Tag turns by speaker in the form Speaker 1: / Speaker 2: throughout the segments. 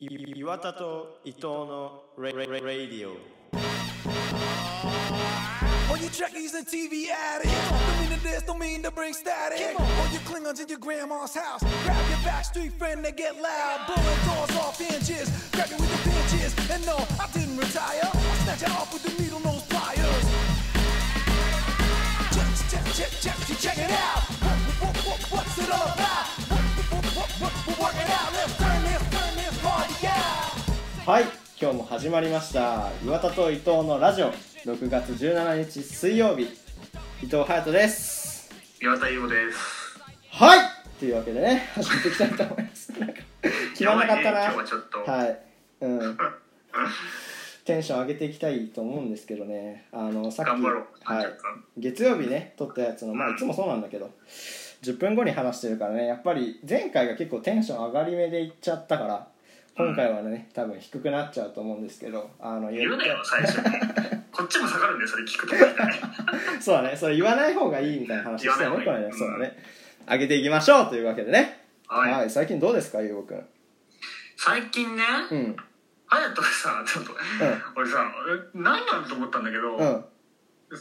Speaker 1: い岩田と伊藤のレレレレディオ
Speaker 2: All you trekkies and TV addicts Don't mean to this, don't mean to bring static All you Klingons in your grandma's house Grab your backstreet friend, they get loud Blowing doors off hinges Grab you with the pinches And no, I didn't retire I snatch it off with the needle nose pliers Check, check, check, check, check, check it out What, what, what, What's it all about? What, what, what, what, what, we're working out Let's turn this, turn this party out
Speaker 1: はい今日も始まりました岩田と伊藤のラジオ6月17日水曜日伊藤隼人です
Speaker 3: 岩田優吾です。
Speaker 1: はいというわけでね始めていきたいと思いますなんか決まんなかったな
Speaker 3: やばいね今日はちょっと
Speaker 1: はい うんテンション上げていきたいと思うんですけどねあのさっき
Speaker 3: 頑張ろう
Speaker 1: はい、月曜日ね撮ったやつのまあいつもそうなんだけど10分後に話してるからねやっぱり前回が結構テンション上がり目でいっちゃったから今回はね多分低くなっちゃうと思うんですけどあの
Speaker 3: 言うなよ、
Speaker 1: 言
Speaker 3: 最初 に。こっちも下がるんだよ、それ聞くとね。
Speaker 1: っ そうだねそれ言わない方がいいみたいな話したよねこ
Speaker 3: 言
Speaker 1: れ
Speaker 3: わない
Speaker 1: ね
Speaker 3: 方がいい
Speaker 1: そうだね上げていきましょうというわけでね
Speaker 3: はい
Speaker 1: 最近どうですかゆうごくん
Speaker 3: 最近ね、
Speaker 1: うん
Speaker 3: 隼人がさ、ちょっと、俺さ、え何なのと思ったんだけど、
Speaker 1: うん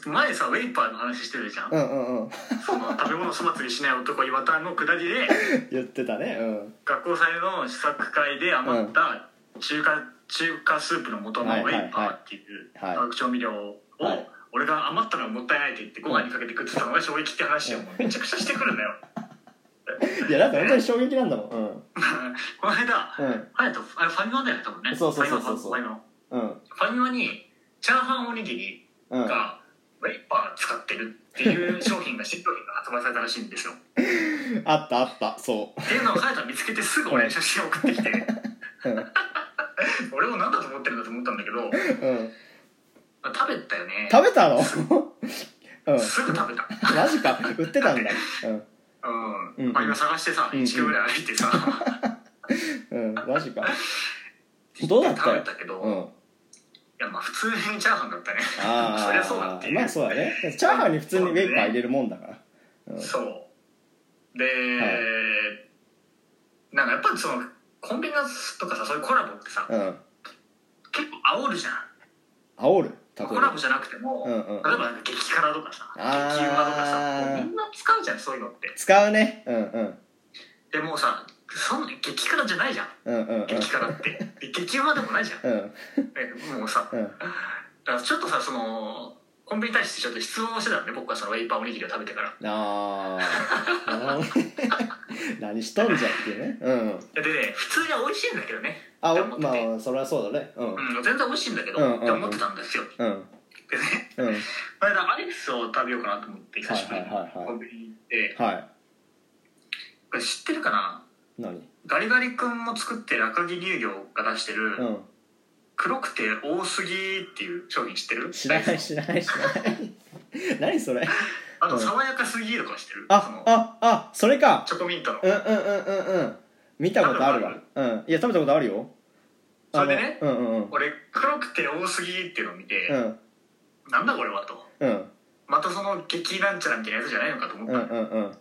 Speaker 3: 前さ、ウェイパーの話してるじゃん。
Speaker 1: うんうん うん
Speaker 3: その食べ物粗末にしない男岩田のくだりで、
Speaker 1: 言ってたねうん
Speaker 3: 学校祭の試作会で余った中華、中華スープの元のウェイパーっていう
Speaker 1: はいはいはいはい
Speaker 3: 化学調味料を、
Speaker 1: はい
Speaker 3: 俺が余ったのがもったいないって言ってご飯にかけて食ってたのが衝撃って話をもうめちゃくちゃしてくるんだよ。
Speaker 1: いやなんか本当に衝撃なんだもん
Speaker 3: この間、
Speaker 1: うん
Speaker 3: あれとあれファミマだよね多分ね
Speaker 1: そうそうそうそうそう
Speaker 3: ファミマ
Speaker 1: うんうん
Speaker 3: ファミマにチャーハンおにぎり
Speaker 1: うん
Speaker 3: がウェイパー使ってるっていう商品が新商品が発売されたらしいんですよっ
Speaker 1: あったあったそ
Speaker 3: ていうのを隼人は見つけてすぐ俺に写真を送ってきて
Speaker 1: ううん
Speaker 3: 俺も何だと思ってるんだと思ったんだけど
Speaker 1: うん
Speaker 3: あ食べたよね
Speaker 1: 食べたの うん
Speaker 3: すぐ食べた
Speaker 1: マジか売ってたんだうん
Speaker 3: う
Speaker 1: うんうん
Speaker 3: ん、まあ、今探してさ
Speaker 1: うんうん
Speaker 3: 1キロぐらい歩いてさ、
Speaker 1: うんマジかどうだった
Speaker 3: 食
Speaker 1: よ
Speaker 3: べたけど、
Speaker 1: う
Speaker 3: い
Speaker 1: ん
Speaker 3: やまあ普通にチャーハンだったね
Speaker 1: あ
Speaker 3: そりゃそうだって
Speaker 1: あ
Speaker 3: いう
Speaker 1: まあそうだねチャーハンに普通にウェイパー入れるもんだから
Speaker 3: そうで、
Speaker 1: はい
Speaker 3: なんかやっぱりそのコンビニのとかさそういうコラボってさ、
Speaker 1: うん
Speaker 3: 結構煽るじゃん
Speaker 1: 煽る例え
Speaker 3: コラボ
Speaker 1: ば
Speaker 3: じゃなくても、
Speaker 1: うんうんうん
Speaker 3: 例えばなんか激辛とかさ激
Speaker 1: あー
Speaker 3: うまとかさもうみんな使うじゃんそういうのって
Speaker 1: 使うねうんうん
Speaker 3: でもうさそんな激辛じゃないじゃん
Speaker 1: うんうんうん
Speaker 3: 激辛ってで激うまでもないじゃん
Speaker 1: うん
Speaker 3: えもうさだ
Speaker 1: うん
Speaker 3: からちょっとさそのコンビニに対してちょっと質問をしてたのね僕はそのウェイパーおにぎりを食べてから
Speaker 1: ああなるほどね何しとんじゃ っていうねうん
Speaker 3: でね普通に美味しいんだけどね
Speaker 1: あ
Speaker 3: って思
Speaker 1: お
Speaker 3: ってて
Speaker 1: まあそれはそうだねうん
Speaker 3: うん、全然美味しいんだけど、
Speaker 1: うんうんうん
Speaker 3: って思ってたんですよ
Speaker 1: うん
Speaker 3: でね
Speaker 1: うん
Speaker 3: この間アレックスを食べようかなと思って久しぶりに
Speaker 1: はいはいはいはい
Speaker 3: コンビニ行って
Speaker 1: は
Speaker 3: これ知ってるかない
Speaker 1: 何
Speaker 3: ガリガリ君も作ってる赤城乳業が出してる、
Speaker 1: うん
Speaker 3: 黒くて多すぎっていう商品知ってる
Speaker 1: 知らない知らない知らない 何それ
Speaker 3: あと爽やかすぎとか知ってるそ
Speaker 1: あ
Speaker 3: の
Speaker 1: ああそれか
Speaker 3: チョコミントの、
Speaker 1: うんうんうんうんうん見たことあるわうんいや食べたことあるよ
Speaker 3: それでね
Speaker 1: あのうんうんうん
Speaker 3: 俺黒くて多すぎっていうのを見て、
Speaker 1: うん
Speaker 3: なんだこれはと
Speaker 1: うん
Speaker 3: またその激なんちゃらみたいなやつじゃないのかと思っ
Speaker 1: う
Speaker 3: た
Speaker 1: んう
Speaker 3: の、
Speaker 1: んうん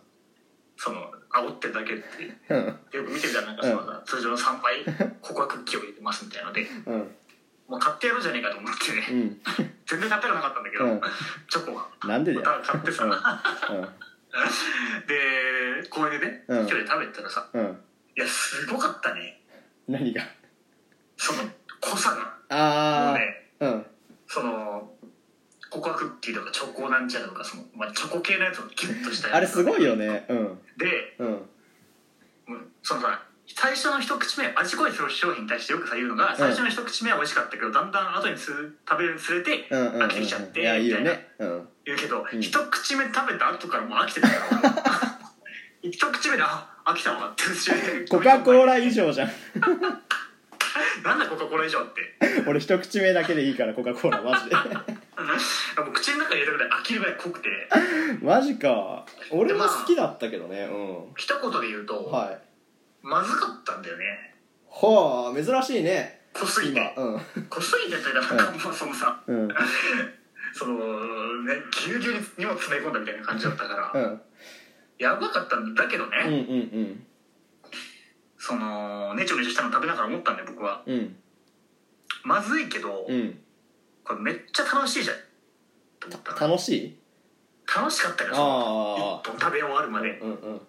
Speaker 3: その煽ってるだけっていう
Speaker 1: うん
Speaker 3: よく見てみたらなんかその、通常の3倍ここはクッキーを入れてますみたいなので
Speaker 1: うん
Speaker 3: もう買ってやろうじゃねえかと思ってね
Speaker 1: うん
Speaker 3: 全然買ったらなかったんだけど、
Speaker 1: うん
Speaker 3: チョコは
Speaker 1: なんでだよ
Speaker 3: また買ってさ、 で公園でね
Speaker 1: うん
Speaker 3: 一人で食べてたらさ
Speaker 1: うんうん
Speaker 3: いやすごかったね
Speaker 1: 何が
Speaker 3: その濃さがも
Speaker 1: あ
Speaker 3: うね
Speaker 1: あうん
Speaker 3: そのココアクッキーとかチョコなんちゃらとかその、まあ、チョコ系のやつをキュッとしたやつ
Speaker 1: あれすごいよねうん
Speaker 3: で
Speaker 1: うん
Speaker 3: もうそのさ最初の一口目味濃い商品に対してよくさ言うのが最初の一口目は美味しかったけど、だんだん後につ食べるにつれて
Speaker 1: うんうんうん
Speaker 3: 飽きてきちゃって
Speaker 1: いやいいよねうん
Speaker 3: 言うけど、
Speaker 1: うん
Speaker 3: 一口目食べた後からもう飽きてたから 一口目であ飽きたわって
Speaker 1: コカ・コーラ以
Speaker 3: 以上
Speaker 1: 上じゃん
Speaker 3: なんだコカ・コーラ以上って
Speaker 1: 俺一口目だけでいいからコカ・コーラマ ジで
Speaker 3: もう口の中に入れたぐらい飽きるぐらい濃くて
Speaker 1: マジか俺も好きだったけどねう
Speaker 3: 一言で言うと、
Speaker 1: んはい
Speaker 3: まずかったんだよね
Speaker 1: はあ珍しいね
Speaker 3: 濃すぎ
Speaker 1: 今
Speaker 3: て
Speaker 1: うん
Speaker 3: 濃すぎてってなんかもうそのさ、
Speaker 1: うん
Speaker 3: そのねぎゅうぎゅうに荷物詰め込んだみたいな感じだったから、
Speaker 1: うん
Speaker 3: やばかったんだけどね、
Speaker 1: うんうんうん
Speaker 3: そのネチョネチョしたの食べながら思ったんで僕は
Speaker 1: うん
Speaker 3: まずいけど、
Speaker 1: うん
Speaker 3: これめっちゃ楽しいじゃんと思った
Speaker 1: 楽しい
Speaker 3: 楽しかったよそ
Speaker 1: あ
Speaker 3: の一本食べ終わるまで、
Speaker 1: うんうん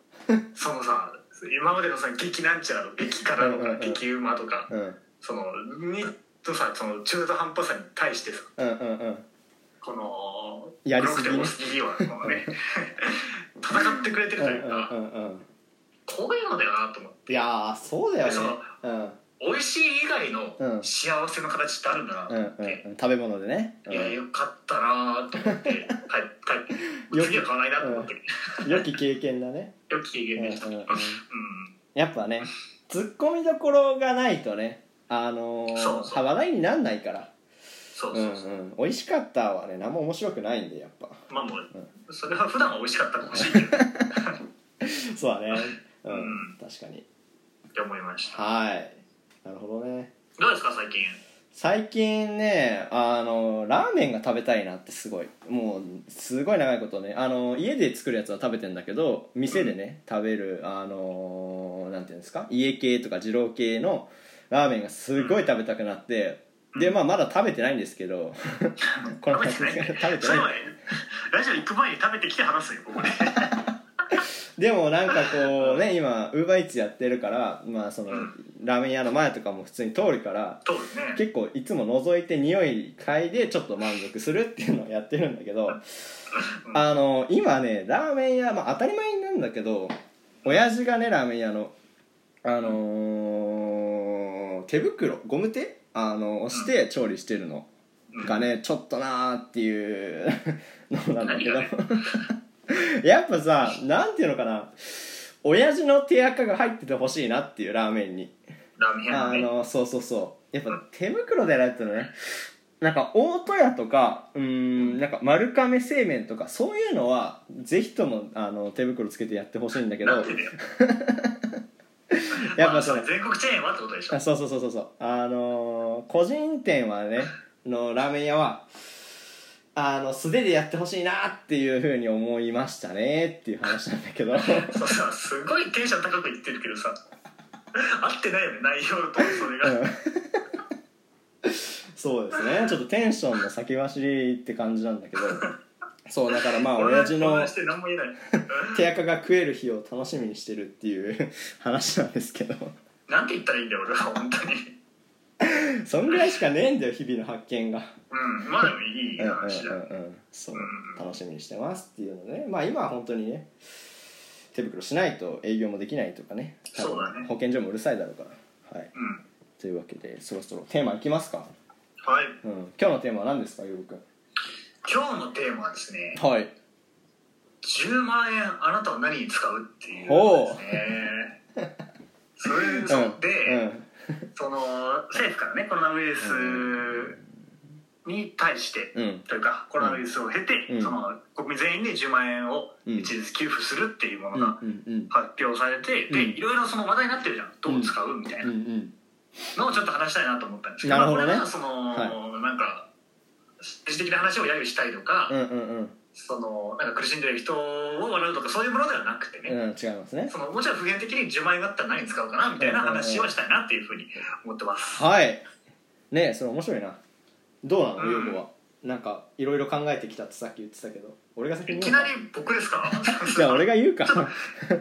Speaker 3: そのさ今までのさ激なんちゃらの激辛と
Speaker 1: うんうんう
Speaker 3: か
Speaker 1: ん
Speaker 3: 激うまとか
Speaker 1: うん
Speaker 3: そのにとさその中途半端さに対してさ
Speaker 1: うんうんうん
Speaker 3: この
Speaker 1: やりすぎね
Speaker 3: 5.5すぎようなの がね戦ってくれてる
Speaker 1: うんう
Speaker 3: とい
Speaker 1: ん
Speaker 3: うか、
Speaker 1: うんうん
Speaker 3: こういうのだよなと思って
Speaker 1: いやーそうだよねうん
Speaker 3: 美味しい以外
Speaker 1: う
Speaker 3: の
Speaker 1: ん
Speaker 3: 幸せの形ってあるんだなと
Speaker 1: うん
Speaker 3: 思
Speaker 1: う
Speaker 3: っ
Speaker 1: ん
Speaker 3: て、
Speaker 1: うん食べ物でねうん
Speaker 3: いやよかったなと思ってはいはい
Speaker 1: よ
Speaker 3: 次は買わないなと思って、
Speaker 1: 良き経験だね
Speaker 3: よき経験でした、
Speaker 1: う
Speaker 3: うん
Speaker 1: う
Speaker 3: ん
Speaker 1: んうんやっぱねツッコミどころがないとねあのー
Speaker 3: そうそう
Speaker 1: 話題になんないから
Speaker 3: そう
Speaker 1: う
Speaker 3: そ
Speaker 1: ん
Speaker 3: うそう、
Speaker 1: うん美味しかったはね何も面白くないんでやっぱ
Speaker 3: まあもうそれは普段は美味しかったかもしれないけどっ
Speaker 1: そうだねう
Speaker 3: うん
Speaker 1: ん確かに
Speaker 3: て思いました
Speaker 1: はいなるほどね
Speaker 3: どうですか最近
Speaker 1: 最近ねあのラーメンが食べたいなってすごいもうすごい長いことねあの家で作るやつは食べてんだけど店でね、食べるあのなんていうんですか家系とか二郎系のラーメンがすごい食べたくなって、でまあまだ食べてないんですけ どこの
Speaker 3: 食べ
Speaker 1: 話
Speaker 3: てないんだよ
Speaker 1: 食べて
Speaker 3: それは
Speaker 1: ない
Speaker 3: ねラジオ行く前に食べてきて話すよ ここで
Speaker 1: でもなんかこうね今ウーバーイーツやってるからまあその、
Speaker 3: うん
Speaker 1: ラーメン屋の前とかも普通に通るから
Speaker 3: そうですね
Speaker 1: 結構いつも覗いて匂い嗅いでちょっと満足するっていうのをやってるんだけど、
Speaker 3: ん
Speaker 1: あの今ねラーメン屋、まあ、当たり前なんだけど親父がねラーメン屋のあのー手袋ゴム手あの押して調理してるのがねちょっとなーっていうのなんだけど
Speaker 3: 何
Speaker 1: やっぱさなんていうのかな親父の手垢が入っててほしいなっていうラーメンに。
Speaker 3: ラーメン屋
Speaker 1: あ
Speaker 3: のね
Speaker 1: のそうそうそうやっぱ手袋でやられてるのねなんか大戸屋とかうーんなんか丸亀製麺とかそういうのはぜひともあの手袋つけてやってほしいんだけど
Speaker 3: な
Speaker 1: や
Speaker 3: ん
Speaker 1: っ
Speaker 3: でだよま
Speaker 1: ぱ
Speaker 3: あ
Speaker 1: そ
Speaker 3: そ
Speaker 1: の
Speaker 3: れ全国チェーンはってことでしょ
Speaker 1: あそうそうそうそうそうあのー個人店はねのラーメン屋はあの素手でやってほしいなっていうふうに思いましたねっていう話なんだけ ど
Speaker 3: そうさすごいテンション高く言ってるけどさ 合ってないよね内容とそれが、
Speaker 1: うんそうですねちょっとテンションの先走りって感じなんだけどそうだから まあ
Speaker 3: 俺
Speaker 1: 親父の
Speaker 3: して何も言えない
Speaker 1: 手垢が食える日を楽しみにしてるっていう話なんですけど
Speaker 3: なんて言ったらいいんだよ俺は本当に
Speaker 1: そんぐらいしかねえんだよ日々の発見が
Speaker 3: うんまあでもいい
Speaker 1: うんうん
Speaker 3: 話だ、
Speaker 1: うんうんそう
Speaker 3: うん
Speaker 1: 楽しみにしてますっていうのねまあ今は本当にね手袋しないと営業もできないとかね多分
Speaker 3: そうだね
Speaker 1: 保健所もうるさいだろうからはい
Speaker 3: うん
Speaker 1: というわけでそろそろテーマいきますか、
Speaker 3: はい
Speaker 1: うん、今日のテーマは何ですかゆうくん
Speaker 3: 今日のテーマはですね
Speaker 1: はい
Speaker 3: 10万円あなたは何に使うっていう
Speaker 1: ほう
Speaker 3: ですねそれそ
Speaker 1: うん
Speaker 3: で、
Speaker 1: うん
Speaker 3: その政府からねコロナウイルスに対して、
Speaker 1: うん
Speaker 3: というかコロナウイルスを経て、
Speaker 1: うん
Speaker 3: その国民全員で10万円を一律給付するっていうものが
Speaker 1: うんうん
Speaker 3: 発表されて、
Speaker 1: うん
Speaker 3: でいろいろその話題になってるじゃんどう使うみたいな
Speaker 1: うんうん
Speaker 3: のをちょっと話したいなと思ったんですけど
Speaker 1: なるほどね
Speaker 3: まあこれはその、
Speaker 1: は
Speaker 3: なんか政治的な話を揶揄したりとか、
Speaker 1: うんうん
Speaker 3: そのなんか苦しんでる人を笑うとかそういうものではなくて
Speaker 1: うん
Speaker 3: ね、
Speaker 1: うん違いますね
Speaker 3: そのもちろん普遍的に10万円だったら何に使うかなみたいな話をしたいなっていうふうに思ってます、
Speaker 1: はいねえそれ面白いなどうなの
Speaker 3: うん
Speaker 1: 優子は、なんかいろいろ考えてきたってさっき言ってたけど俺が先に言
Speaker 3: いき
Speaker 1: うの
Speaker 3: な
Speaker 1: か
Speaker 3: り僕ですか
Speaker 1: じゃあ俺が言うか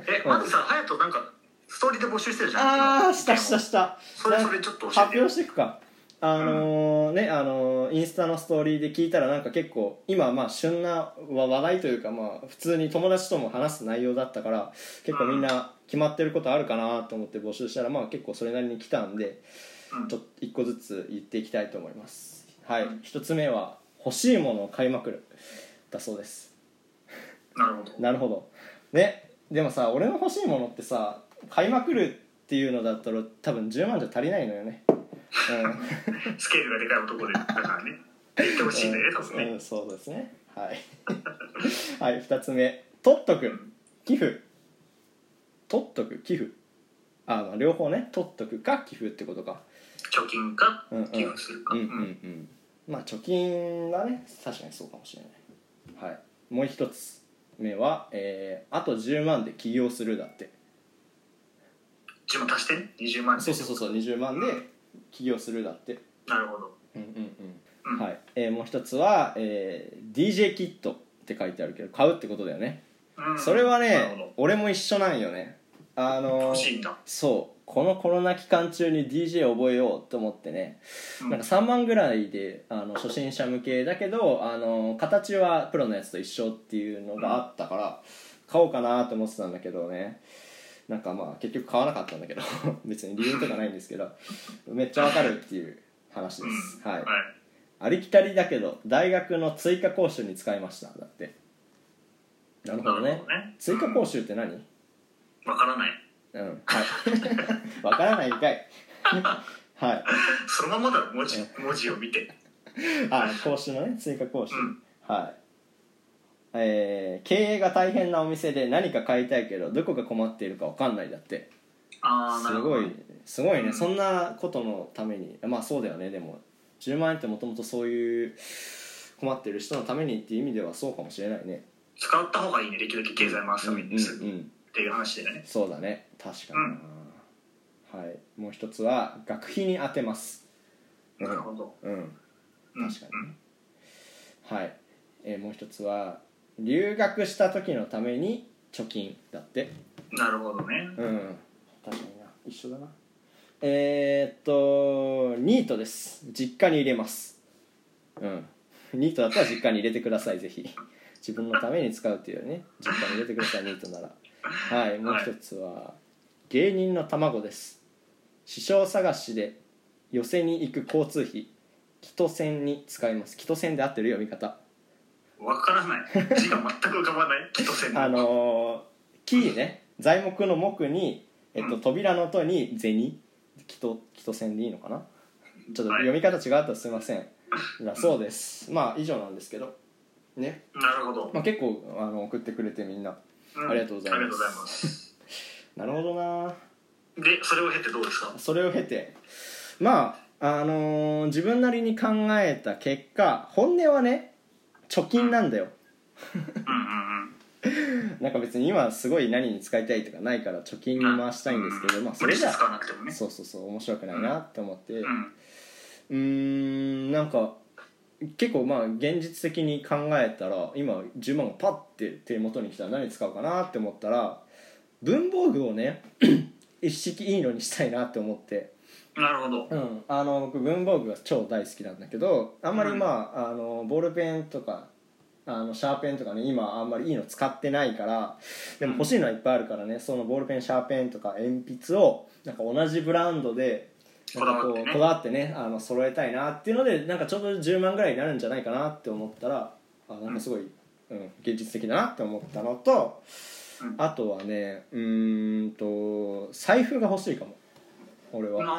Speaker 3: えまずさ隼人なんかストーリーで募集してるじゃん
Speaker 1: ああしたしたした
Speaker 3: それそれちょっと教えて
Speaker 1: 発表していくかあのーねあのーインスタのストーリーで聞いたらなんか結構今まあ旬な話話題というかまあ普通に友達とも話す内容だったから結構みんな決まってることあるかなと思って募集したらまあ結構それなりに来たんで
Speaker 3: うん
Speaker 1: ちょっと一個ずつ言っていきたいと思いますはい一つ目は欲しいものを買いまくるだそうです
Speaker 3: なるほど
Speaker 1: なるほどねでもさ俺の欲しいものってさ買いまくるっていうのだったら多分10万じゃ足りないのよね
Speaker 3: スケールがでかい男でだからね言ってほしいんだよね多分
Speaker 1: うん、
Speaker 3: ね
Speaker 1: うん、そうですねはい はい2つ目取っとく寄付取っとく寄付あまあ両方ね取っとくか寄付ってことか
Speaker 3: 貯金か
Speaker 1: うんうん
Speaker 3: 寄付するか
Speaker 1: うん
Speaker 3: う
Speaker 1: うん
Speaker 3: ん
Speaker 1: うんまあ貯金がね確かにそうかもしれない、はい、もう一つ目は、えーあと10万で起業するだって
Speaker 3: 10万足してね20万
Speaker 1: そうそうそうそう20万で起業するだって
Speaker 3: なるほど
Speaker 1: うんうん
Speaker 3: うん
Speaker 1: はい、えーもう一つは、えー DJ キットって書いてあるけど買うってことだよね、
Speaker 3: うん
Speaker 1: それは
Speaker 3: なる
Speaker 1: ね
Speaker 3: ほど
Speaker 1: 俺も一緒なんよねあの
Speaker 3: 欲
Speaker 1: ー
Speaker 3: しいんだ
Speaker 1: そうこのコロナ期間中に DJ 覚えようと思ってね、
Speaker 3: うん
Speaker 1: なんか3万ぐらいであの初心者向けだけどあの形はプロのやつと一緒っていうのがあったから、買おうかなと思ってたんだけどねなんかまあ結局買わなかったんだけど 別に理由とかないんですけどめっちゃわかるっていう話です、
Speaker 3: うん
Speaker 1: はい
Speaker 3: はい、
Speaker 1: ありきたりだけど大学の追加講習に使いましただってなるほどね
Speaker 3: なるほどね
Speaker 1: 追加講習って何、
Speaker 3: わからない
Speaker 1: うん、はい。わからないんかい。 はい。
Speaker 3: そのままだろ文字文字を見て
Speaker 1: あ、講習のね、追加講習。
Speaker 3: うん
Speaker 1: はい。えー経営が大変なお店で何か買いたいけどどこが困っているかわかんないだって
Speaker 3: ああな
Speaker 1: す
Speaker 3: るほ
Speaker 1: ご
Speaker 3: ど
Speaker 1: いすごいね、
Speaker 3: うん
Speaker 1: そんなことのためにまあそうだよねでも10万円ってもともとそういう困ってる人のためにっていう意味ではそうかもしれないね
Speaker 3: 使った方がいいねできるだけ経済回すためにす
Speaker 1: うん
Speaker 3: る
Speaker 1: うんうん
Speaker 3: っていう話だよね
Speaker 1: そうだね確かにな、はいもう一つは学費に当てますうん
Speaker 3: なるほど
Speaker 1: うん
Speaker 3: うん
Speaker 1: 確かにねはい、えーもう一つは留学した時のために貯金だって
Speaker 3: なるほどね
Speaker 1: うん確かにな一緒だなえー、っとニートです実家に入れますうんニートだったら実家に入れてくださいぜひ自分のために使うっていうね実家に入れてくださいニートならはいもう一つは、芸人の卵です師匠探しで寄せに行く交通費木戸線に使います木戸線で合ってる読み方
Speaker 3: わからない字が全く浮かば ないきっとせん
Speaker 1: あのー、キーね材木の木に、えっ
Speaker 3: う
Speaker 1: と、
Speaker 3: ん
Speaker 1: 扉の音に銭木と木と線でいいのかなちょっと
Speaker 3: はい
Speaker 1: 読み方違ったらすいませ んだそうですまあ以上なんですけどね、
Speaker 3: なるほど
Speaker 1: まあ、結構あの送ってくれてみんな
Speaker 3: うん
Speaker 1: ありがとうございます
Speaker 3: ありがとうございます
Speaker 1: なるほどな
Speaker 3: でそれを経てどうですか
Speaker 1: それを経てまああのー自分なりに考えた結果本音はね貯金なんだよ
Speaker 3: うんうんうん
Speaker 1: なんか別に今すごい何に使いたいとかないから貯金に回したいんですけど、まあそ
Speaker 3: 無
Speaker 1: れ
Speaker 3: 理
Speaker 1: じ
Speaker 3: して
Speaker 1: ゃ
Speaker 3: 使わなくてもね
Speaker 1: そうそうそう面白くないなって思って
Speaker 3: う
Speaker 1: うんーんなんか結構まあ現実的に考えたら今10万がパッて手元に来たら何使うかなって思ったら文房具をね 一式いいのにしたいなって思って、
Speaker 3: なるほど
Speaker 1: うん、あの僕文房具が超大好きなんだけどあんまりまああのボールペンとかあのシャーペンとかね今あんまりいいの使ってないからでも欲しいのはいっぱいあるからねそのボールペンシャーペンとか鉛筆をなんか同じブランドでなんかこ
Speaker 3: こだわって
Speaker 1: う
Speaker 3: ね
Speaker 1: こだわってねあの揃えたいなっていうのでなんかちょうど10万ぐらいになるんじゃないかなって思ったらあなんかすごい、うん、現実的だなって思ったのと
Speaker 3: うん
Speaker 1: あとはねうーんと財布が欲しいかも俺は。うん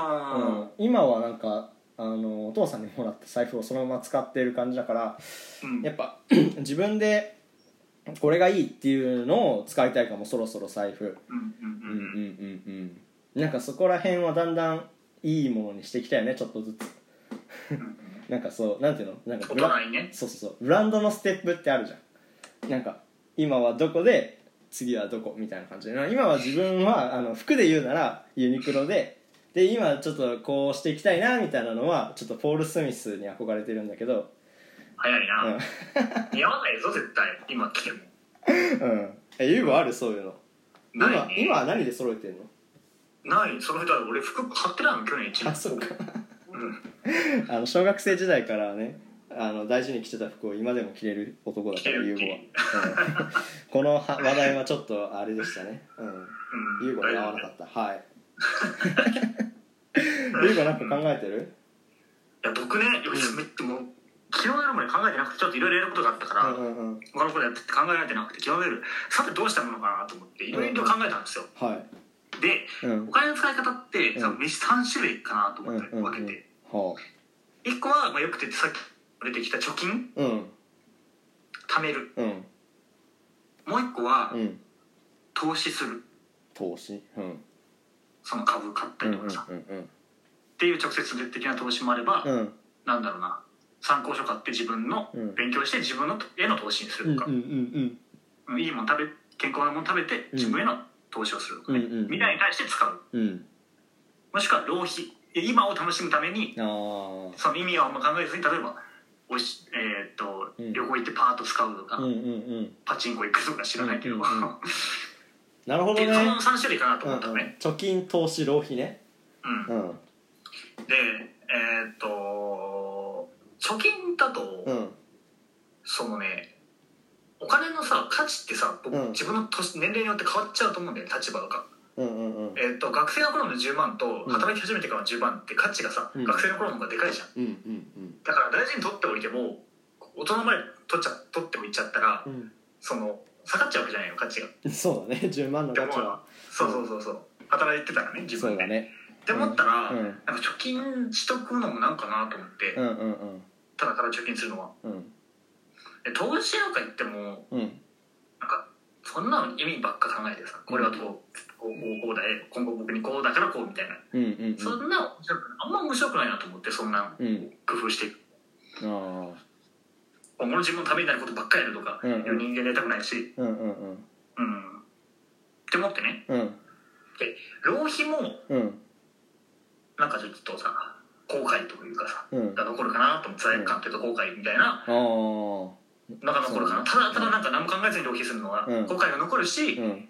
Speaker 3: あ、
Speaker 1: 今はなんかあのお父さんにもらった財布をそのまま使ってる感じだから
Speaker 3: ーうん
Speaker 1: やっぱ 自分でこれがいいっていうのを使いたいかもそろそろ財布
Speaker 3: うんうんうんうん
Speaker 1: んうんうんなんかそこら辺はだんだんいいものにしてきたよねちょっとずつなんかそうなんていうのなんか
Speaker 3: 大
Speaker 1: ブラ
Speaker 3: 人にね
Speaker 1: そうそうそうブランドのステップってあるじゃんなんか今はどこで次はどこみたいな感じでな今は自分はあの服で言うならユニクロでで今ちょっとこうしていきたいなみたいなのはちょっとポール・スミスに憧れてるんだけど
Speaker 3: 早い
Speaker 1: うん
Speaker 3: な似合わないぞ絶対今来ても
Speaker 1: うんえ優吾あるそういうの今
Speaker 3: ないね
Speaker 1: 今は何で揃えてんの
Speaker 3: ないその人は俺服買ってたの去年一
Speaker 1: あ
Speaker 3: 年
Speaker 1: そうか
Speaker 3: うん
Speaker 1: あの小学生時代からねあの大事に着てた服を今でも着れる男だから優吾は、うんこのは話題はちょっとあれでしたねうん
Speaker 3: うん
Speaker 1: ユーゴに合わなかったはい ユーゴなんか考えてる
Speaker 3: いや僕ね、
Speaker 1: ん
Speaker 3: めっちゃもう昨日やるまで考えてなくてちょっといろいろやることがあったから、
Speaker 1: うんうんうん
Speaker 3: 他のことやってて考えられてなくて極めるさてどうしたものかなと思っていろいろ考えたんですよ、
Speaker 1: はい
Speaker 3: で
Speaker 1: うん
Speaker 3: お金の使い方って、
Speaker 1: うん
Speaker 3: その飯3種類かなと
Speaker 1: うんう
Speaker 3: 思っ
Speaker 1: ん
Speaker 3: て分けて、
Speaker 1: は
Speaker 3: 1個は、まあ、よくてさっき出てきた貯金
Speaker 1: あうん
Speaker 3: 貯める
Speaker 1: うん
Speaker 3: もう1個は、
Speaker 1: うん
Speaker 3: 投資する
Speaker 1: 投資うん
Speaker 3: その株買っ
Speaker 1: う
Speaker 3: た
Speaker 1: ん
Speaker 3: り
Speaker 1: うん
Speaker 3: と
Speaker 1: う
Speaker 3: かさ、っ
Speaker 1: ん
Speaker 3: ていう直接的な投資もあれば、
Speaker 1: うんうん
Speaker 3: なんだろうな参考書買って自分の、
Speaker 1: うん
Speaker 3: 勉強して自分のへの投資にす
Speaker 1: うん
Speaker 3: る
Speaker 1: うん
Speaker 3: とか
Speaker 1: う、ん
Speaker 3: いいもん食べ健康なもん食べて自分への投資をするとかね、
Speaker 1: うんうんうん
Speaker 3: 未来に対して使う
Speaker 1: うん
Speaker 3: もしくは浪費今を楽しむために
Speaker 1: ああ
Speaker 3: その意味はあんま考えずに例えばおいし、えーっと
Speaker 1: うん
Speaker 3: 旅行行ってパーッと使うとか、
Speaker 1: うんうんうん
Speaker 3: パチンコ行くとか知らないけど、
Speaker 1: うんうんうんなるほど
Speaker 3: で
Speaker 1: ね
Speaker 3: その3種類かなと
Speaker 1: うんう
Speaker 3: 思
Speaker 1: ん
Speaker 3: ったのね、
Speaker 1: 貯金投資浪費ね
Speaker 3: う
Speaker 1: う
Speaker 3: ん
Speaker 1: ん
Speaker 3: でえーっと貯金だと、
Speaker 1: うん
Speaker 3: そのねお金のさ価値ってさ、僕
Speaker 1: うん
Speaker 3: 自分の年年齢によって変わっちゃうと思うんだよね立場とか、
Speaker 1: うんうんうん
Speaker 3: えーっと学生の頃の10万と
Speaker 1: うん
Speaker 3: 働き始めてからの10万って価値がさ、
Speaker 1: うん
Speaker 3: 学生の頃の方がでかいじゃん
Speaker 1: うんうん
Speaker 3: だから大事に取っておいても大人まで取っちゃ取っておいちゃったら
Speaker 1: うん
Speaker 3: その下がっちゃうわけじゃないの価値が
Speaker 1: うんそうだね10万の
Speaker 3: で
Speaker 1: 価
Speaker 3: も
Speaker 1: 値は
Speaker 3: そうそうそうそう働いてたらね自
Speaker 1: そ
Speaker 3: 分
Speaker 1: う
Speaker 3: で、
Speaker 1: だね
Speaker 3: って思ったら、
Speaker 1: うん
Speaker 3: なんか貯金しとくのもなんかなと思って、
Speaker 1: うんうんうん
Speaker 3: ただただ貯金するのは
Speaker 1: うん
Speaker 3: で投資なんか言っても
Speaker 1: うん
Speaker 3: なんかそんなの意味ばっか考えてさこれはこうこうこうこうだえ今後僕にこうだからこうみたいな、
Speaker 1: うんうん
Speaker 3: そんな面白くあんま面白くないなと思ってそんな
Speaker 1: うんうん
Speaker 3: 工夫して
Speaker 1: ああ
Speaker 3: 今後の自分のためになることばっかりやるとか
Speaker 1: うん
Speaker 3: いう
Speaker 1: うん
Speaker 3: 人間になりたくないし
Speaker 1: うんうんうん
Speaker 3: うんって思ってね
Speaker 1: うん
Speaker 3: 浪費も
Speaker 1: うん
Speaker 3: なんかちょっとさ後悔というかさ
Speaker 1: うん
Speaker 3: が残るかなと思って罪悪感というと後悔みたいな
Speaker 1: ああ
Speaker 3: のが残るかな
Speaker 1: そ
Speaker 3: ただただなんか何も考えずに浪費するのは
Speaker 1: うん
Speaker 3: 後悔が残るし、
Speaker 1: うん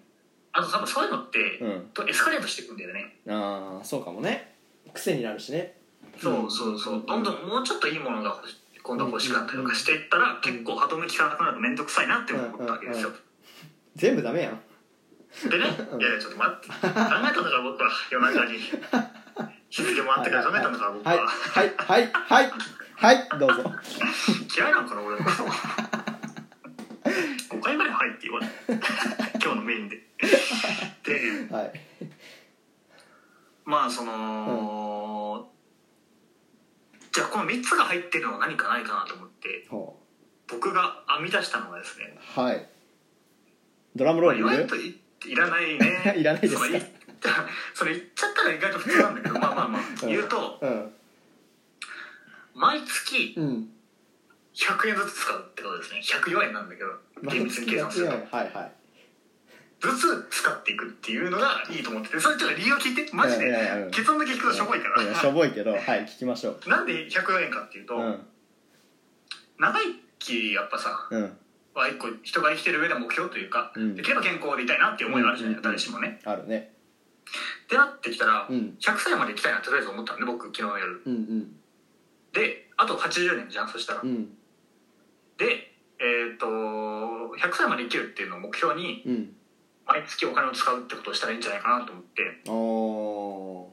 Speaker 3: あと多分そういうのって、
Speaker 1: うん
Speaker 3: とエスカレートしていくんだよね
Speaker 1: ああそうかもね癖になるしね
Speaker 3: そうそうそう、どんどんもうちょっといいものが欲し今度欲しかったりとかしていったら、結構歯止め効かなくなると面倒くさいなって思ったわけですよ、
Speaker 1: 全部ダメやん
Speaker 3: でね「いやいやちょっと待って考えたんだから僕は夜中に日付もあってから考えたんだから僕
Speaker 1: はい
Speaker 3: は
Speaker 1: はいはいはいはいどうぞ
Speaker 3: 嫌いなのかな俺のこと5回まで「はい」って 言われて今日のメインでで
Speaker 1: はい
Speaker 3: まあその、じゃあこの3つが入ってるのは何かないかなと思って
Speaker 1: ほ
Speaker 3: 僕が編み出したのがですね
Speaker 1: うはいドラムロー
Speaker 3: まあ
Speaker 1: ルい
Speaker 3: 意
Speaker 1: る
Speaker 3: 外といいらないね
Speaker 1: いらないですか
Speaker 3: それ言っそれ言っちゃったら意外と普通なんだけどまあまあまあ言うと
Speaker 1: うん
Speaker 3: 毎月
Speaker 1: うん
Speaker 3: 100円ずつ使うってことですね104円なんだけど厳密に計算する
Speaker 1: はいはい
Speaker 3: とずつ使っていくっていうのがいいと思っててそれちょっと理由を聞いてマジ
Speaker 1: いやいやい
Speaker 3: で
Speaker 1: や
Speaker 3: 結論だけ聞くとしょぼいか
Speaker 1: うんしょ
Speaker 3: ら
Speaker 1: ぼいけどはい聞きましょう
Speaker 3: なんで104円かっていうと
Speaker 1: うん
Speaker 3: 長生きやっぱさ
Speaker 1: うん
Speaker 3: は一個人が生きてる上で目標というか
Speaker 1: うん
Speaker 3: できれば健康でいたいなっていう思いがあるじゃな
Speaker 1: う
Speaker 3: い
Speaker 1: んうんうん
Speaker 3: 誰しもね
Speaker 1: あるね
Speaker 3: ってなってきたら
Speaker 1: う
Speaker 3: 100
Speaker 1: ん
Speaker 3: 歳まで生きたいなってとりあえず思ったんで僕昨日の夜
Speaker 1: うんうん
Speaker 3: であと80年じゃんそしたら、
Speaker 1: うん
Speaker 3: でえっ、と100歳まで生きるっていうのを目標に
Speaker 1: うん
Speaker 3: 毎月お金を使うってことをしたらいいんじゃないかなと思って
Speaker 1: お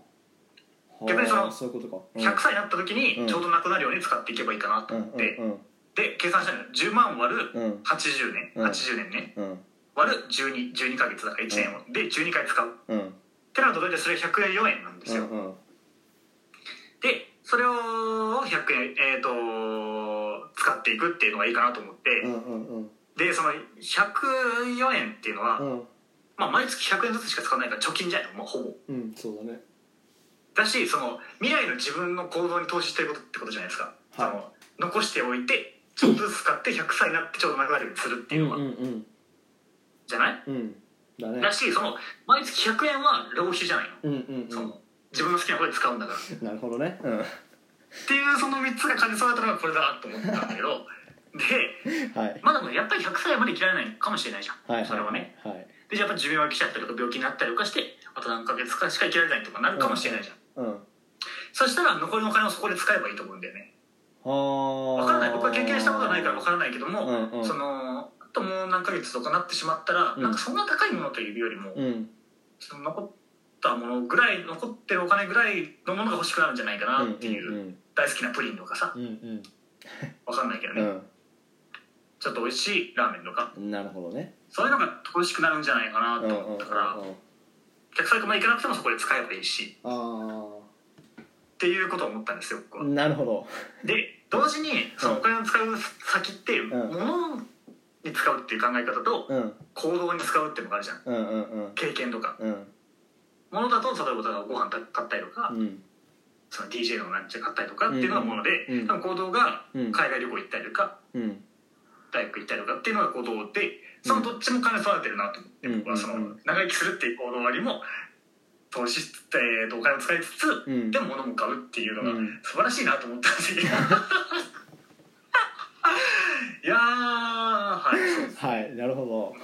Speaker 1: ー
Speaker 3: 逆にその
Speaker 1: あーそういうことか
Speaker 3: 100歳になった時にちょうどなくなるように使っていけばいいかなと
Speaker 1: うん
Speaker 3: 思って、
Speaker 1: うん
Speaker 3: で計算したのよ10万割る
Speaker 1: うんうん
Speaker 3: 80年、
Speaker 1: うん
Speaker 3: 80年ね
Speaker 1: うん
Speaker 3: 割る1212ヶ月だから1年を、で12回使うっ
Speaker 1: うん
Speaker 3: てなると大体それ104円なんですよ、
Speaker 1: うんうん
Speaker 3: でそれを100円えっ、と使っていくっていうのがいいかなと思って、
Speaker 1: うんうんうん
Speaker 3: でその104円っていうのは、
Speaker 1: うん
Speaker 3: まあ、毎月100円ずつしか使わないから貯金じゃないの、まあ、ほぼ
Speaker 1: うんそうだね
Speaker 3: だしその未来の自分の行動に投資してることってことじゃないですか、
Speaker 1: はい
Speaker 3: その残しておいてちょっとずつ使って100歳になってちょうどなくなるようにするっていうのは、
Speaker 1: うんうん
Speaker 3: じゃない
Speaker 1: うんうんだね
Speaker 3: だしその毎月100円は浪費じゃない
Speaker 1: う
Speaker 3: の、
Speaker 1: んうん
Speaker 3: そ
Speaker 1: うん
Speaker 3: の自分の好きな方で使うんだからっ
Speaker 1: なるほどねうん
Speaker 3: ていうその3つが感じそうだったのがこれだと思ったんだけどで
Speaker 1: はい
Speaker 3: まあでもやっぱり100歳まで生きられないかもしれないじゃん、
Speaker 1: はい
Speaker 3: それはね
Speaker 1: はい
Speaker 3: でやっぱ寿命が来ちゃったりとか病気になったりとかしてあと何ヶ月かしか生きられないとかなるかもしれないじゃん、
Speaker 1: うん
Speaker 3: そしたら残りのお金をそこで使えばいいと思うんだよね
Speaker 1: わ
Speaker 3: わからない僕は経験したことがないからわからないけども、
Speaker 1: うんうん
Speaker 3: そのあともう何ヶ月とかなってしまったら、
Speaker 1: うん
Speaker 3: なんかそんな高いものというよりも、
Speaker 1: うん
Speaker 3: その残ったものぐらい残ってるお金ぐらいのものが欲しくなるんじゃないかなっていう、
Speaker 1: うん
Speaker 3: 大好きなプリンとかさ
Speaker 1: うんうん
Speaker 3: わかんないけど
Speaker 1: う
Speaker 3: ね、
Speaker 1: ん
Speaker 3: ちょっと美味しいラーメンとか
Speaker 1: うんなるほどね
Speaker 3: そういうのが欲しくなるんじゃないかな
Speaker 1: うんうん
Speaker 3: と
Speaker 1: うんう
Speaker 3: 思
Speaker 1: ん
Speaker 3: ったから、客先まで行かなくてもそこで使えばいいし
Speaker 1: あ
Speaker 3: っていうことを思ったんですよ僕は
Speaker 1: あ。なるほど
Speaker 3: で同時にそのお金を使う先って、
Speaker 1: ん
Speaker 3: 物に使うっていう考え方と、
Speaker 1: うん
Speaker 3: 行動に使うっていうのがあるじゃん。
Speaker 1: うんうんうん
Speaker 3: 経験とか
Speaker 1: うん
Speaker 3: ものだと例えばご飯買ったりとか、
Speaker 1: うん
Speaker 3: その DJ のなんちゃ買ったりとかっていうのがもので、
Speaker 1: うんうん
Speaker 3: 多分行動が
Speaker 1: うん
Speaker 3: 海外旅行行ったりとか、
Speaker 1: うん
Speaker 3: 大学行ったりとかっていうのが行動でそのどっちも兼ね備えてるなと思って、
Speaker 1: うん
Speaker 3: 僕はその
Speaker 1: うん
Speaker 3: 長生きするっていう行動割も投資して、えーとお金を使いつつ、
Speaker 1: うん
Speaker 3: でも物も買うっていうのが
Speaker 1: うん
Speaker 3: 素晴らしいなと思った んですけどいやーはいそうです
Speaker 1: はいなるほど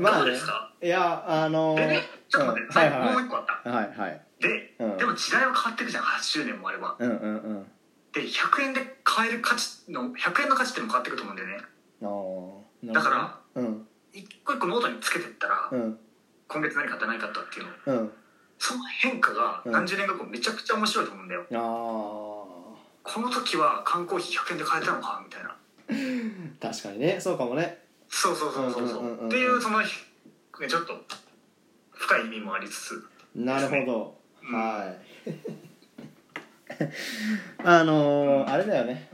Speaker 3: どうですか
Speaker 1: いやあの
Speaker 3: でねちょっと待っ
Speaker 1: うん
Speaker 3: て、
Speaker 1: はい
Speaker 3: 最後
Speaker 1: はい
Speaker 3: もう一個あった
Speaker 1: はいはい
Speaker 3: で、
Speaker 1: うん
Speaker 3: でも時代は変わっていくじゃん80年もあれば
Speaker 1: うんうんうん
Speaker 3: で100円で買える価値の100円の価値っていうのも変わっていくと思うんだよね
Speaker 1: あーなるほど
Speaker 3: だから
Speaker 1: うん
Speaker 3: 一個一個ノートにつけてったら、
Speaker 1: うん
Speaker 3: 今月何買った何買ったっていうの
Speaker 1: うん
Speaker 3: その変化が
Speaker 1: うん
Speaker 3: 何十年後めちゃくちゃ面白いと思うんだよ、
Speaker 1: あ
Speaker 3: この時は缶コーヒー100円で買えたのかみたいな
Speaker 1: ー確かにねそうかもね
Speaker 3: そうそうそうそうそう,、
Speaker 1: うんうんうんうん
Speaker 3: っていうそのひちょっと深い意味もありつつ
Speaker 1: なるほ
Speaker 3: うん
Speaker 1: どはいあのーあれだよね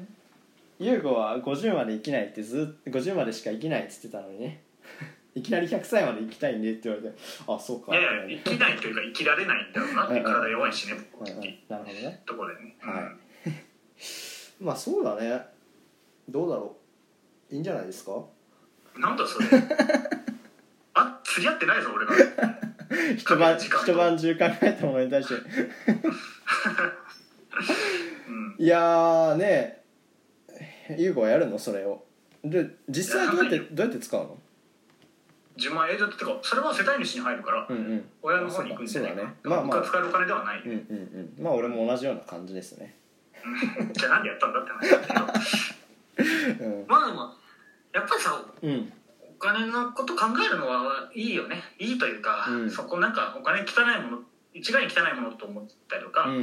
Speaker 1: 優吾は50まで生きないってずっと50までしか生きないって言ってたのにね いきなり100歳まで生きたいねって言われてあそうか
Speaker 3: いやいや生きないというか生きられないんだろうなっていう体弱いしね
Speaker 1: うん
Speaker 3: 僕
Speaker 1: うん
Speaker 3: っていう
Speaker 1: なるほどね
Speaker 3: ところでね、
Speaker 1: はいまあそうだねどうだろういいんじゃないですか
Speaker 3: うんなんだ それあ釣り合ってないぞ俺が
Speaker 1: 一晩
Speaker 3: 時間と
Speaker 1: 一晩中考えたものに対して
Speaker 3: うん
Speaker 1: いやーね優吾はやるのそれをで実際どうやって
Speaker 3: いや
Speaker 1: どうやって使うの
Speaker 3: 10万円だってかそれは世帯主に入るから、
Speaker 1: うんうん
Speaker 3: 親の方に行くんじゃないかな、
Speaker 1: そうだねまあまあ
Speaker 3: 僕が使えるお金ではない、
Speaker 1: うんうんうんまあ俺も同じような感じですね
Speaker 3: じゃあなんでやったんだって話だけど
Speaker 1: うん
Speaker 3: まあでもやっぱりさ
Speaker 1: うん
Speaker 3: お金のこと考えるのはいいよねいいというか、
Speaker 1: うん
Speaker 3: そこなんかお金汚いもの一概に汚いものと思ったりとか、
Speaker 1: うんうんう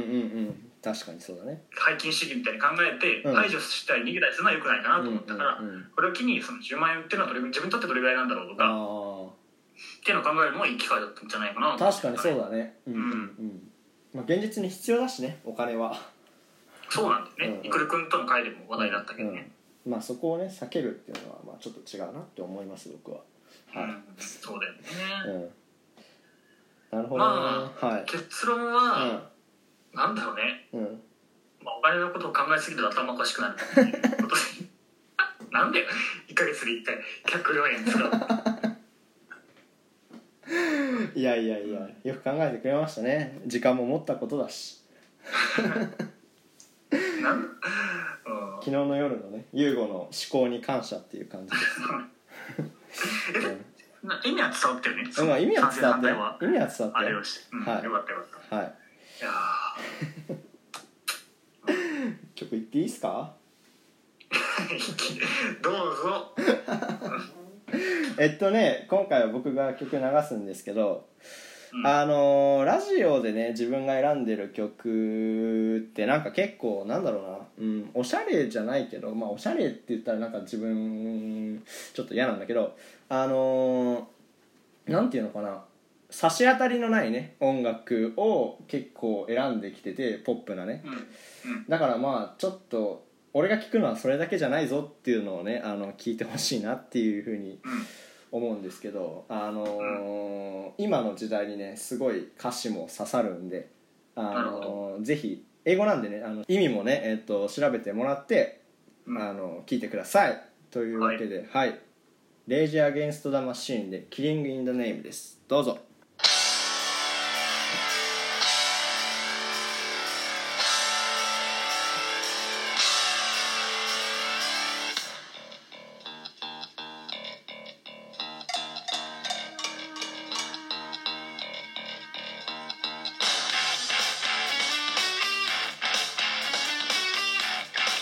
Speaker 1: ん確かにそうだね
Speaker 3: 背筋主義みたいに考えて
Speaker 1: うん
Speaker 3: 排除したり逃げたりするのは良くないかなと思ったから、
Speaker 1: うんうんうん
Speaker 3: これを機にその10万円っていうのはどれぐ自分にとってどれぐらいなんだろうとか、っ
Speaker 1: あ
Speaker 3: ていうのを考えるのもいい機会だったんじゃないかな
Speaker 1: あ確かにそう
Speaker 3: だ
Speaker 1: だねうんうんうんまあ現実に必要だしねお金は
Speaker 3: そうなんだよね、
Speaker 1: うん
Speaker 3: いくるくんとの会でも話題だったけどね、
Speaker 1: うんまあそこをね避けるっていうのはまあちょっと違うなって思います僕は
Speaker 3: うん
Speaker 1: は
Speaker 3: そうだよね、
Speaker 1: いうんなるほどね
Speaker 3: まあ、
Speaker 1: はい
Speaker 3: 結論は、なんだろうね
Speaker 1: うんうん
Speaker 3: まあ、お金のことを考えすぎると頭おかしくなるっていうことで なんで1ヶ月で1回104円使う
Speaker 1: いやいやいやよく考えてくれましたね時間も持ったことだし
Speaker 3: なん、うん、
Speaker 1: 昨日の夜のね優吾の思考に感謝っていう感じです
Speaker 3: えな意味は伝わってるね
Speaker 1: うんまあ意味は伝わ
Speaker 3: 賛成反対は
Speaker 1: って意味は伝わ
Speaker 3: あ
Speaker 1: って
Speaker 3: れをして、うん
Speaker 1: はい
Speaker 3: よかったよかっ
Speaker 1: はい
Speaker 3: たいや
Speaker 1: 曲いっていいですか
Speaker 3: ー どうぞ
Speaker 1: えっとね今回は僕が曲流すんですけど、
Speaker 3: うん
Speaker 1: あのーラジオでね自分が選んでる曲ってなんか結構なんだろうな、うん、おしゃれじゃないけどまあおしゃれって言ったらなんか自分ちょっと嫌なんだけどあのーなんていうのかな差し当たりのないね音楽を結構選んできててポップなね
Speaker 3: うんうん
Speaker 1: だからまあちょっと俺が聞くのはそれだけじゃないぞっていうのをねあの聞いてほしいなっていうふうに
Speaker 3: うん
Speaker 1: 思うんですけど、あのー今の時代にねすごい歌詞も刺さるんで、あ
Speaker 3: なる
Speaker 1: の
Speaker 3: ほ
Speaker 1: ーぜひ英語なんでねあの意味もね、えっと調べてもらって、
Speaker 3: うん
Speaker 1: あの聞いてくださいというわけではい「レイジ・アゲンスト・ザ・マシーン」で「キリング・イン・ザ・ネーム」ですどうぞ。
Speaker 4: 「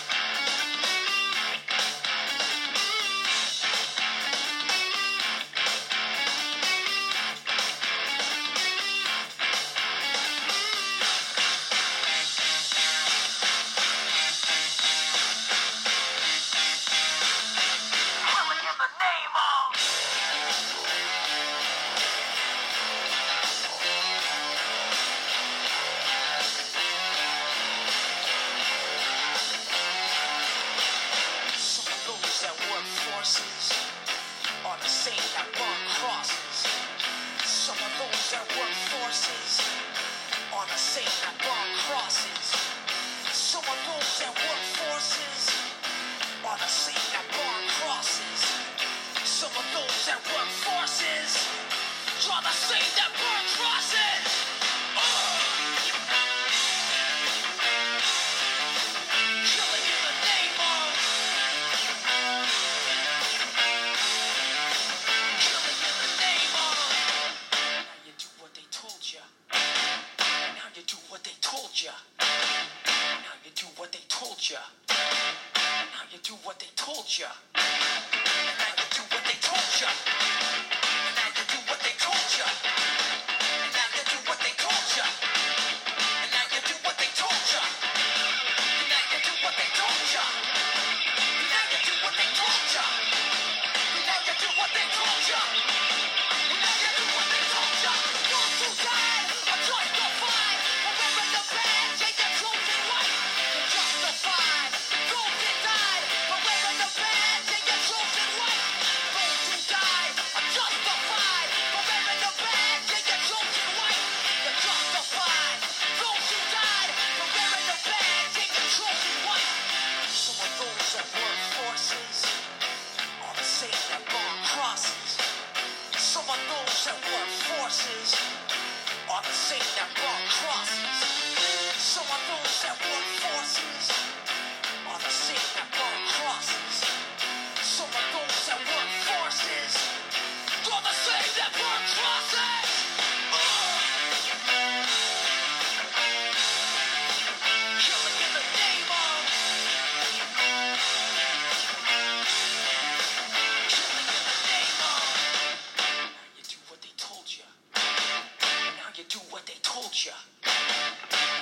Speaker 4: ya. Now you do what they told ya. Now you do what they told ya. Now you do what they told ya. Now you do what they told ya. Now you do what they told ya. Now you do what they told ya. Now you do what they told ya. Now you do what they told ya. Now you do what they told ya. Now you do what they told ya. You're too tired. A choice to find. And wearing the badge ain't the truth in life. You're justified. Those that died. But wearing the badge ain't the truth in life. Those who died are justified. But wearing the badge ain't the truth in life. You're justified. Those who died. But wearing the badge ain't the truth in life. Some of those that work forces are the same that burn crosses. Some of those that work forces are the same that burn crosses. Some of those that work forces are the same that burn crosses. Some of those that work forces are the same that burn crosses. Oh! Killing in the name of. Killing in the name of. Now you do what they told you. Now you do what they told you.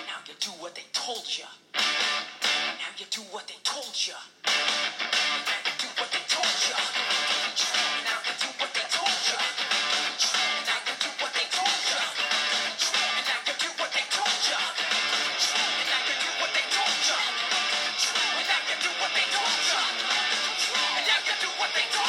Speaker 4: Now you do what they told you. Now you do what they told you. Now you do what they told you. Now you do what they told you. Now you do what they told you. Now you do what they told you. Now you do what they told you. Now you do what they told you. Now you do what they told you.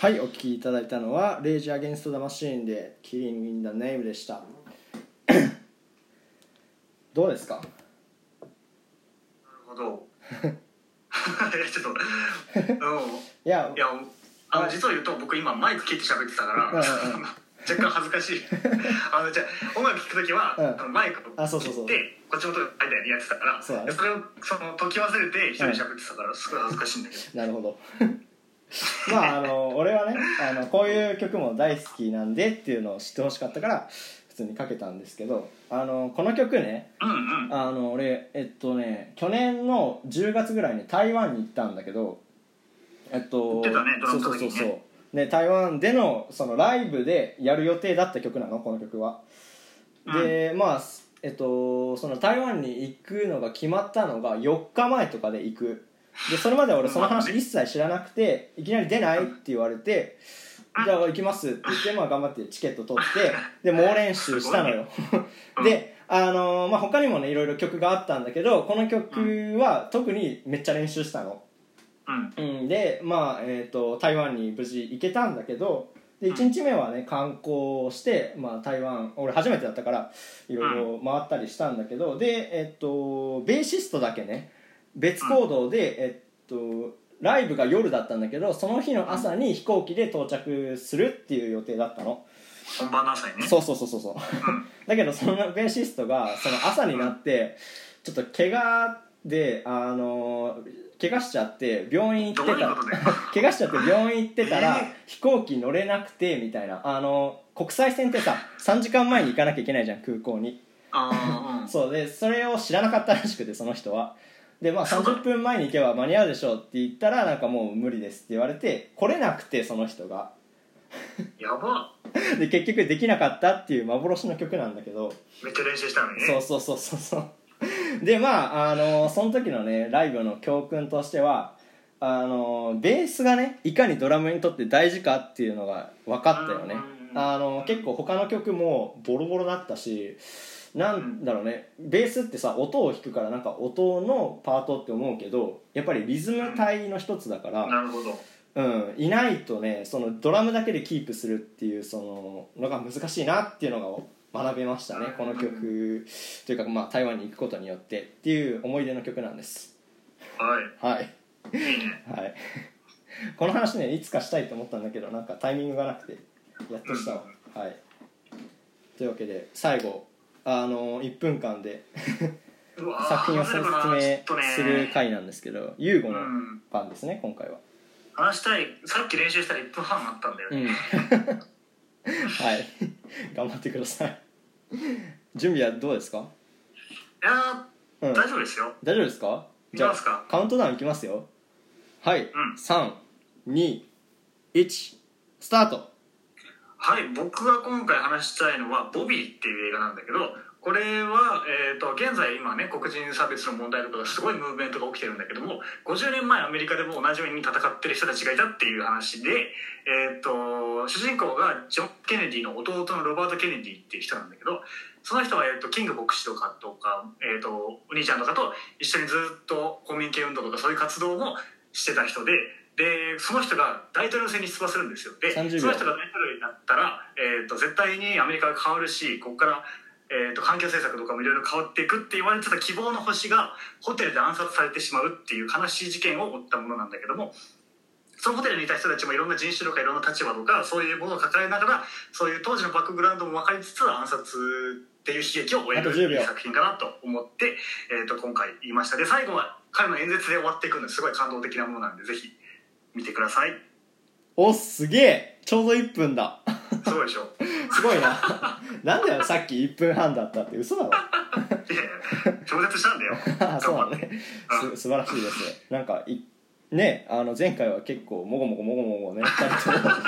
Speaker 1: はいお聴きいただいたのは「レイジ・アゲンスト・ザ・マシーン」で「キリング・イン・ダ・ネーム」でした どうですか
Speaker 3: なるほど いやちょっとあの
Speaker 1: いや
Speaker 3: いやあの
Speaker 1: はい
Speaker 3: 実を言うと僕今マイク切って喋ってたから
Speaker 1: うんうん
Speaker 3: 若干恥ずかしい あのじゃあ音楽聴く時は、
Speaker 1: うん
Speaker 3: あのマイクを
Speaker 1: あそうそうそう
Speaker 3: 切ってこっちの音が入ったようにやってたから
Speaker 1: そうだね
Speaker 3: でれをその解き忘れて一人喋ってたからすごい恥ずかしいんだけど、
Speaker 1: なるほどまああの俺はねあのこういう曲も大好きなんでっていうのを知ってほしかったから普通にかけたんですけどあのこの曲ね
Speaker 3: うんうん
Speaker 1: あの俺えっとね去年の10月ぐらいに台湾に行ったんだけどえっと
Speaker 3: 言ってたねドラム叩き
Speaker 1: そうそうそ
Speaker 3: ね
Speaker 1: うそうね台湾でのそのライブでやる予定だった曲なのこの曲はで、まあすえっとその台湾に行くのが決まったのが4日前とかで行くでそれまで俺その話一切知らなくていきなり出ないって言われてじゃあ行きますって言って、まあ、頑張ってチケット取ってで猛練習したのよ であのーまあ、他にもねいろいろ曲があったんだけどこの曲は特にめっちゃ練習したの、
Speaker 3: う
Speaker 1: う
Speaker 3: ん
Speaker 1: ん、でまあえっ、と台湾に無事行けたんだけどで1日目はね観光して、まあ、台湾俺初めてだったからいろいろ回ったりしたんだけどでえっとベーシストだけね別行動で、えっとライブが夜だったんだけどその日の朝に飛行機で到着するっていう予定だったの
Speaker 3: 本番の朝にね
Speaker 1: そうそうそうそうそうだけどそのベーシストがその朝になってちょっと怪我であの怪我しちゃって病院行
Speaker 3: ど
Speaker 1: っ
Speaker 3: う
Speaker 1: て
Speaker 3: い
Speaker 1: た
Speaker 3: うことで
Speaker 1: 怪我しちゃって病院行ってたら、
Speaker 3: えー
Speaker 1: 飛行機乗れなくてみたいなあの国際線ってさ3時間前に行かなきゃいけないじゃん空港に
Speaker 3: ああ
Speaker 1: そうでそれを知らなかったらしくてその人はでまあ30分前に行けば間に合うでしょうって言ったらなんかもう無理ですって言われて来れなくてその人が
Speaker 3: うんやば
Speaker 1: で結局できなかったっていう幻の曲なんだけど
Speaker 3: めっちゃ練習したのにね
Speaker 1: そうそうそうそうそうでまああのその時のねライブの教訓としてはあのベースがねいかにドラムにとって大事かっていうのが分かったよね
Speaker 3: うん
Speaker 1: あの結構他の曲もボロボロだったしなんだろうねベースってさ音を弾くからなんか音のパートって思うけどやっぱりリズム体の一つだから、
Speaker 3: なるほど
Speaker 1: うん、いないとねそのドラムだけでキープするっていうそののが難しいなっていうのが学べましたねこの曲というか、まあ、台湾に行くことによってっていう思い出の曲なんです
Speaker 3: は
Speaker 1: はい
Speaker 3: いいいね
Speaker 1: はい この話ねいつかしたいと思ったんだけどなんかタイミングがなくてやっとしたわはいというわけで最後あの1分間で
Speaker 3: うわー
Speaker 1: 作品を
Speaker 3: 話せるかな
Speaker 1: 説
Speaker 3: ちょっと
Speaker 1: 明
Speaker 3: ね
Speaker 1: する回なんですけどユーゴの
Speaker 3: うん
Speaker 1: 番ですね今回は
Speaker 3: 話したいさっき練習したら1分半あったんだよ
Speaker 1: うん
Speaker 3: ね、
Speaker 1: はい。頑張ってください。準備はどうですか？
Speaker 3: いや
Speaker 1: う
Speaker 3: ー
Speaker 1: ん。
Speaker 3: 大丈夫ですよ
Speaker 1: 大丈夫ですか？
Speaker 3: いきますか
Speaker 1: カウントダウンいきますよ。はい。
Speaker 3: ん
Speaker 1: 三、二、一、スタート。
Speaker 3: はい僕が今回話したいのは「ボビー」っていう映画なんだけどこれは、えー、と現在今ね黒人差別の問題とかすごいムーブメントが起きてるんだけども50年前アメリカでも同じように戦ってる人たちがいたっていう話で、えー、と主人公がジョン・ケネディの弟のロバート・ケネディっていう人なんだけどその人は、えー、とキング牧師とかとか、えー、とお兄ちゃんとかと一緒にずっと公民権運動とかそういう活動もしてた人で。でその人が大統領選に出馬するんですよで
Speaker 1: 30秒
Speaker 3: その人が大統領になったら、えー、と絶対にアメリカが変わるしここから、えー、と環境政策とかもいろいろ変わっていくって言われてた希望の星がホテルで暗殺されてしまうっていう悲しい事件を追ったものなんだけどもそのホテルにいた人たちもいろんな人種とかいろんな立場とかそういうものを抱えながらそういう当時のバックグラウンドも分かりつつ暗殺っていう悲劇を終える
Speaker 1: あと10秒
Speaker 3: 作品かなと思って、えー、と今回言いましたで最後は彼の演説で終わっていくのですごい感動的なものなんでぜひ見てください
Speaker 1: おすげえ。ちょうど一分だ。
Speaker 3: すごいでしょ
Speaker 1: すごい な。なんだよさっき一分半だったって嘘だろ。
Speaker 3: いやいや超絶したんだよ
Speaker 1: あそうな
Speaker 3: 頑
Speaker 1: の
Speaker 3: 張って
Speaker 1: ね。す素晴らしいです。なんかいねあの前回は結構もごもごもごもごね二人とも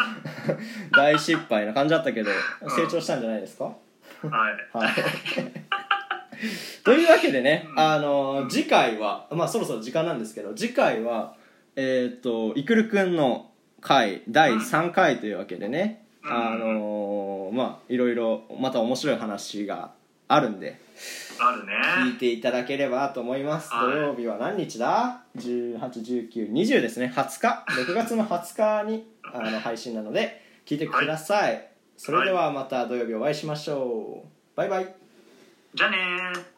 Speaker 1: 大失敗な感じだったけど
Speaker 3: ん
Speaker 1: 成長したんじゃないですか？
Speaker 3: はい
Speaker 1: はい。というわけでね、
Speaker 3: うん
Speaker 1: あのー次回はまあそろそろ時間なんですけど次回はえっ、といくるくんの回第3回というわけでね、
Speaker 3: うん
Speaker 1: あのーまあいろいろまた面白い話があるんで
Speaker 3: あるね
Speaker 1: 聞いていただければと思います土
Speaker 3: はい
Speaker 1: 曜日は何日だ ?181920 ですね20日6月の20日にあの配信なので聞いてください、それではまた土曜日お会いしましょうバイバイ
Speaker 3: じゃあねー